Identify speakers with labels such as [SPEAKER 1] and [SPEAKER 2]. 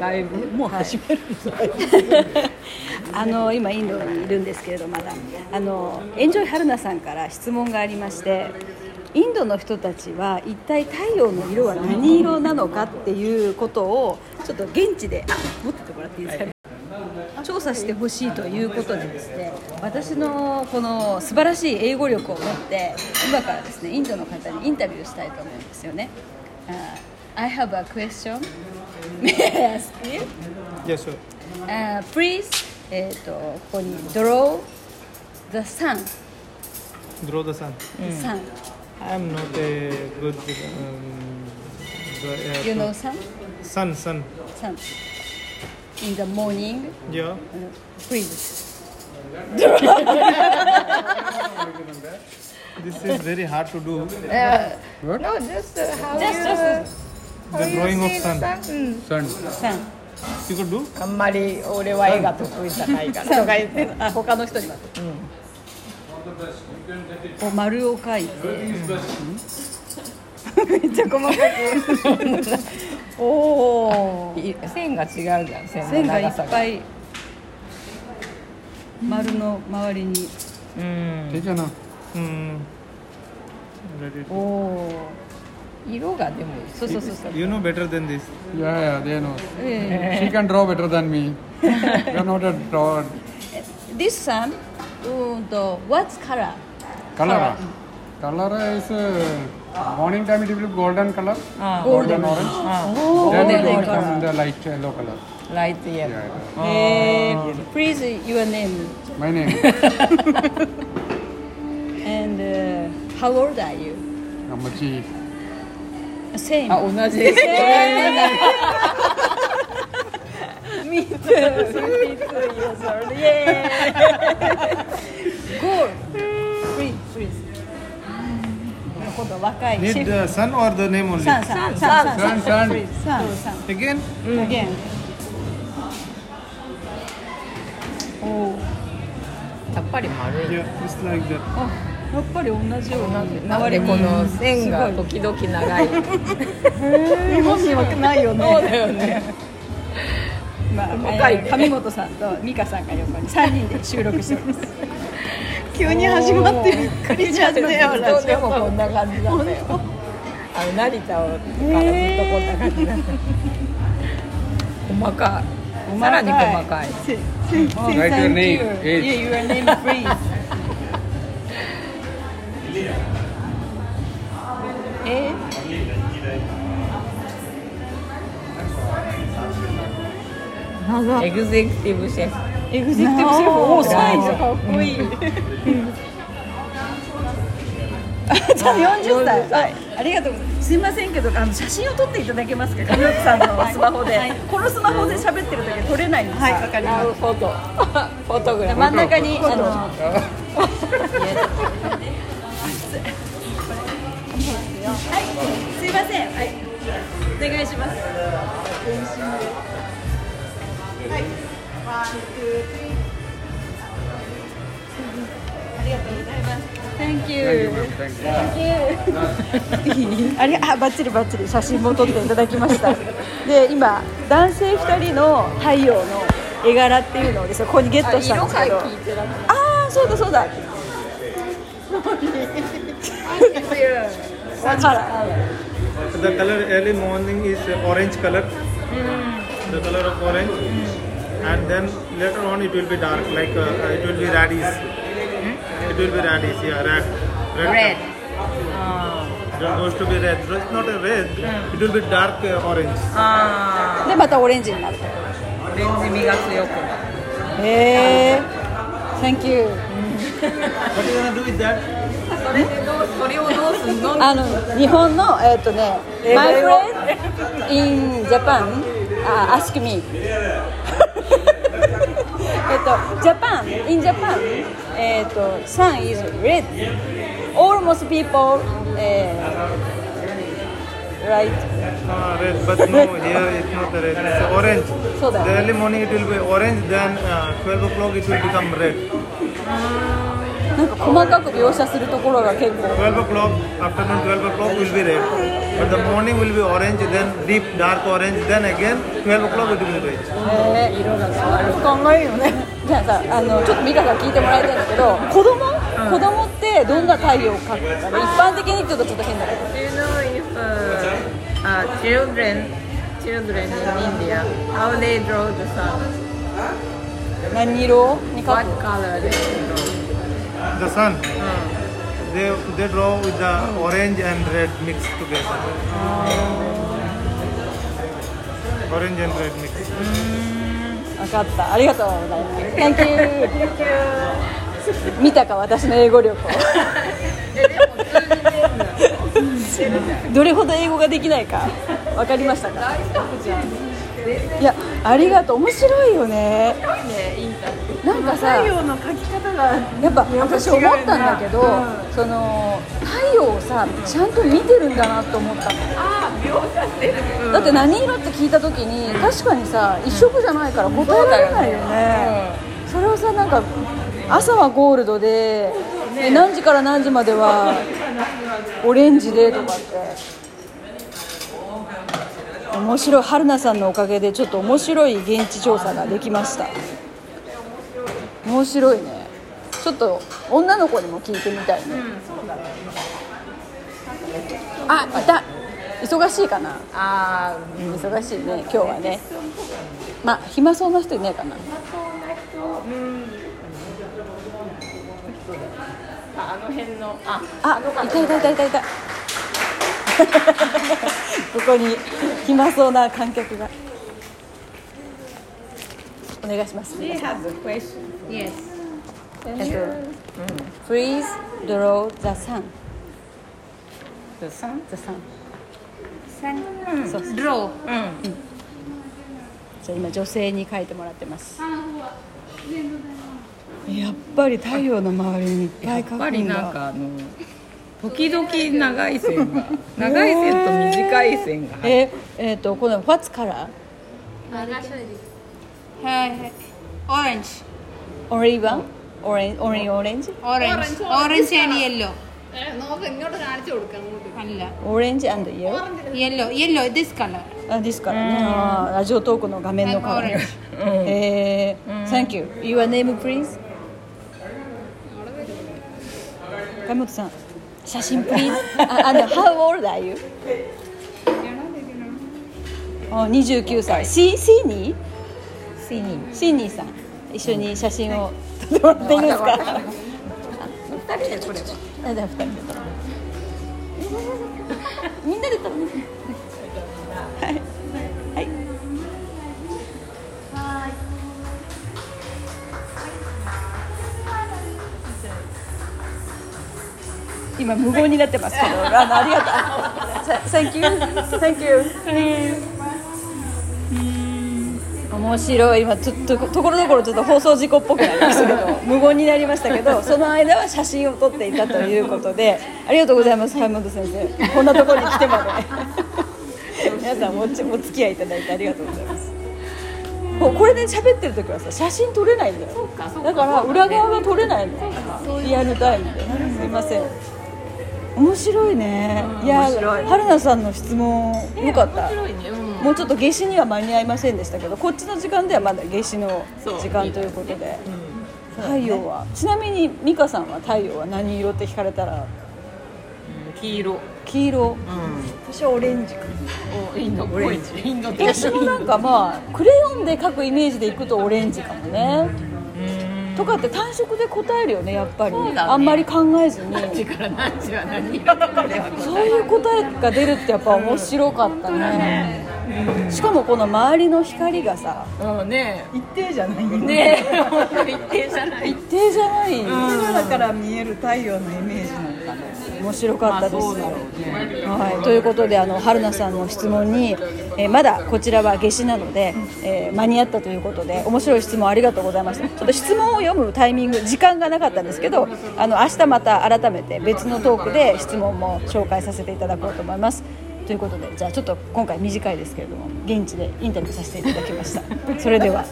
[SPEAKER 1] ライブもう始めるんだ、
[SPEAKER 2] あの今インドにいるんですけれどまだあのエンジョイ春菜さんから質問がありましてインドの人たちは一体太陽の色は何色なのかっていうことをちょっと現地であ持ってってもらっていいですかね調査してほしいということでですね私のこの素晴らしい英語力を持って今からですねインドの方にインタビューしたいと思うんですよね。あ I have a question. May I ask you?
[SPEAKER 3] Yes, sir.
[SPEAKER 2] Uh, please, えっ、とここに draw the sun,
[SPEAKER 3] Draw the sun.
[SPEAKER 2] sun.
[SPEAKER 3] I am not a good. Um, the, uh,
[SPEAKER 2] You know sun,
[SPEAKER 3] Sun, sun.
[SPEAKER 2] sun. In the morning,
[SPEAKER 3] Yeah.
[SPEAKER 2] uh, please.
[SPEAKER 3] This is very hard to do.
[SPEAKER 2] Uh,
[SPEAKER 4] No, just uh, how
[SPEAKER 2] Just-
[SPEAKER 4] you,
[SPEAKER 2] just-
[SPEAKER 4] how
[SPEAKER 3] The
[SPEAKER 4] you
[SPEAKER 3] drawing of
[SPEAKER 4] see
[SPEAKER 3] sun.
[SPEAKER 4] the sun.
[SPEAKER 5] Sun.
[SPEAKER 2] sun.
[SPEAKER 3] You could do?
[SPEAKER 4] あんまり俺は絵が得意じゃないから とか言って
[SPEAKER 2] あ他の人には、こう丸を書いて、
[SPEAKER 4] めっちゃ細かくおお 線が違うじゃん線
[SPEAKER 2] 線
[SPEAKER 4] の
[SPEAKER 2] がい
[SPEAKER 4] 長
[SPEAKER 2] っ
[SPEAKER 4] さが
[SPEAKER 2] ぱい丸の周りに、
[SPEAKER 4] うん
[SPEAKER 5] 手じゃな
[SPEAKER 3] Mm. Ready.
[SPEAKER 4] おお色がでも
[SPEAKER 2] そうそうそうそう、
[SPEAKER 3] You know better than this.
[SPEAKER 5] Yeah, yeah, they know.
[SPEAKER 2] え
[SPEAKER 5] She can draw better than me. You're not a drawer.
[SPEAKER 2] ー This sun うーんと What's color?
[SPEAKER 5] Color. ah? Color is uh, morning time it will be golden color.
[SPEAKER 4] Ah. Oh,
[SPEAKER 5] golden orange.
[SPEAKER 2] お
[SPEAKER 5] Then it will
[SPEAKER 2] ー
[SPEAKER 5] become the light yellow color.
[SPEAKER 4] ライトイエロー
[SPEAKER 5] Yeah,
[SPEAKER 2] えー Please your name
[SPEAKER 5] yeah. My name.
[SPEAKER 2] and、uh, how old are you?
[SPEAKER 5] Amachi.
[SPEAKER 2] Same.
[SPEAKER 4] あ同 じです
[SPEAKER 2] ミートゥーゴール Please, please 今度若いシェ
[SPEAKER 3] Need
[SPEAKER 2] フ
[SPEAKER 3] the sun or the name only?
[SPEAKER 2] さんさんさんさん
[SPEAKER 5] Sun, sun.
[SPEAKER 2] さんさん
[SPEAKER 3] Again?
[SPEAKER 2] again
[SPEAKER 4] やっぱり丸い
[SPEAKER 3] Yeah, just like that.
[SPEAKER 2] あやっぱり同じような
[SPEAKER 4] なんでこの線が
[SPEAKER 2] すごい
[SPEAKER 4] 時々長 い
[SPEAKER 2] 日本にはないよね
[SPEAKER 4] そうだよね
[SPEAKER 2] まあ
[SPEAKER 4] 細かいね
[SPEAKER 2] えー上本さんと美香さんが横に3人で収録しております急に始まってびっくりしちゃったよラ
[SPEAKER 4] そう
[SPEAKER 2] ジ
[SPEAKER 4] で
[SPEAKER 2] オ
[SPEAKER 4] もこんな感じだったよあの成田をからずっとこんな感じだった細かいさらに細かい
[SPEAKER 2] Say- say- say
[SPEAKER 5] Write your
[SPEAKER 2] thank
[SPEAKER 5] name,
[SPEAKER 2] you.
[SPEAKER 5] age.
[SPEAKER 2] Yeah, your name, please. Eh? Another
[SPEAKER 4] エグゼクティブシェフ
[SPEAKER 2] executive chef. Oh, sign.
[SPEAKER 4] かっこ いい
[SPEAKER 2] じゃあ40代。はい。ありがとうございます。すいませんけど、あの写真を撮っていただけますか、神岡さんのスマホで。このスマホで喋ってる時撮れないんですか。はい、わかり
[SPEAKER 4] な
[SPEAKER 2] す。
[SPEAKER 4] るほ どフォトグラフ
[SPEAKER 2] 真ん中に、あの。はい、すいません。はい、お願いします。はい、ワン、ツー、スリー。ありがとうございます。Thank you.
[SPEAKER 5] Thank you, ma'am. Thank you.
[SPEAKER 2] あれあバッチリバッチリ写真も撮っていただきましたで今男性2人の太陽の絵柄っていうのをですねここにゲットしたんですけどああーそうだそうだだから
[SPEAKER 3] The color early morning is uh, orange color.
[SPEAKER 2] Hmm.
[SPEAKER 3] The color of orange. And then later on it will be dark, like uh, uh, it will be radish.
[SPEAKER 2] Hmm?
[SPEAKER 3] It will be radish, yeah, red. Red. It goes to be red. So It's not a red. It will be dark uh, orange.
[SPEAKER 2] でまたオレンジになる
[SPEAKER 4] レンジ味が強くなる
[SPEAKER 2] へえ Thank you
[SPEAKER 3] What are you gonna do with that?
[SPEAKER 4] それでどうそれをどうすんの
[SPEAKER 2] あの日本のえっ、とね My friend in Japan、uh, ask me えっと Japan in Japan えっと sun is red almost people、えー right
[SPEAKER 3] Uh, red, but no, here it's not a red. It's orange.
[SPEAKER 2] So that-
[SPEAKER 3] the early morning it will be orange. Then uh, 12 o'clock it will become red.
[SPEAKER 2] なんか細かく描写するところが結構
[SPEAKER 3] 12 o'clock, afternoon 12 o'clock will be red. But the morning will be orange, then deep dark orange, then again 12 o'clock it will be red.
[SPEAKER 2] ね色が変わる考えよねじゃあさあのちょっと美香が聞いてもらいたいんだけど子供、子供ってどんな太陽を描くかね一般的にって言うとちょっと変だけど
[SPEAKER 4] Do you know if uh, uh, children children in India how they draw the sun?
[SPEAKER 2] 何色に描
[SPEAKER 4] What
[SPEAKER 2] く
[SPEAKER 4] color they draw?
[SPEAKER 3] The sun,
[SPEAKER 2] Hmm.
[SPEAKER 3] they, they draw with the orange and red mixed together.
[SPEAKER 2] Oh.
[SPEAKER 3] Orange and red mixed.
[SPEAKER 2] 分かったありがとうございます Thank you 見たか私の英語 力をどれほど英語ができないか分かりましたかいやありがとう面白いよねなんかさ
[SPEAKER 6] 太陽の描き方が
[SPEAKER 2] やっぱ私思ったんだけど、その太陽をさちゃんと見てるんだなと思ったのだって何色って聞いた時に確かにさ一色じゃないから答えられないよね、それをさなんか朝はゴールドで、で何時から何時まではオレンジでとかって面白い春菜さんのおかげでちょっと面白い現地調査ができました面白いねちょっと女の子にも聞いてみたいね、あいた忙しいかな
[SPEAKER 4] あ
[SPEAKER 2] うん忙しいね今日はねまあ暇そうな人いないかな
[SPEAKER 4] あの辺のあ
[SPEAKER 2] あいたいたいたいたい たここに暇そうな観客がお願いします
[SPEAKER 4] She has a question Yes
[SPEAKER 2] えっと Please draw the sun
[SPEAKER 4] The sun?
[SPEAKER 2] the sun
[SPEAKER 4] Draw
[SPEAKER 2] じゃあ今女性に書いてもらってますやっぱり太陽の周りにいっぱい描くんだ
[SPEAKER 4] かあの時々長い線が長い線と短い線が
[SPEAKER 2] ええっとこの What's color?
[SPEAKER 7] はいはい。オレンジ。
[SPEAKER 2] Only one? Orange? Only orange?
[SPEAKER 7] オレンジ。オレンジ and yellow.
[SPEAKER 2] Orange and yellow?
[SPEAKER 7] Yellow. Yellow. This color.
[SPEAKER 2] あですからね、あーラジオトークの画面の顔ね。 えー、Thank you. Your name please. 神本さん、写真 please. あ、あの How old are you? あ、二十九歳。シシーニー？シーニー。シーニーさん、一緒に写真を撮ってもらっていいですか？二人でこれ。あ、二人で撮ろう。みんなで撮ろう。今無言になってますけど、あのありがとう。Thank you, thank you. 面白い今ちょっとところどころちょっと放送事故っぽくなりましたけ ど無言になりましたけどその間は写真を撮っていたということ でありがとうございます本先生こんなところに来て まで皆さんおちお付き合いいただいてありがとうございますここれで喋ってる時はさ写真撮れないんだよだから裏側が撮れないのリアルタイムですいません面白いね、いや春菜さんの質問よかった、もうちょっと夏至には間に合いませんでしたけどこっちの時間ではまだ夏至の時間ということで、太陽は、ちなみに美香さんは太陽は何色って聞かれたら
[SPEAKER 4] 黄色
[SPEAKER 2] 黄色、私はオレンジ
[SPEAKER 4] インドオレンジインド
[SPEAKER 2] 私もなんかまあクレヨンで描くイメージでいくとオレンジかもねとかって単色で答えるよねやっぱり、あんまり考えずに
[SPEAKER 4] から何時は何色とかでは
[SPEAKER 2] そういう答えが出るってやっぱ面白かったね,、しかもこの周りの光がさ
[SPEAKER 4] うんね
[SPEAKER 6] 一定じゃないよね
[SPEAKER 4] ねえ本当一定じゃな い
[SPEAKER 2] 一定じゃない、
[SPEAKER 6] 今だから見える太陽のイメージなのかな
[SPEAKER 2] 面白かったです、はい、ということであの春菜さんの質問に、えーまだこちらは夏至なので、えー間に合ったということで面白い質問ありがとうございましたちょっと質問を読むタイミング時間がなかったんですけどあの明日また改めて別のトークで質問も紹介させていただこうと思いますということでじゃあちょっと今回短いですけれども現地でインタビューさせていただきましたそれでは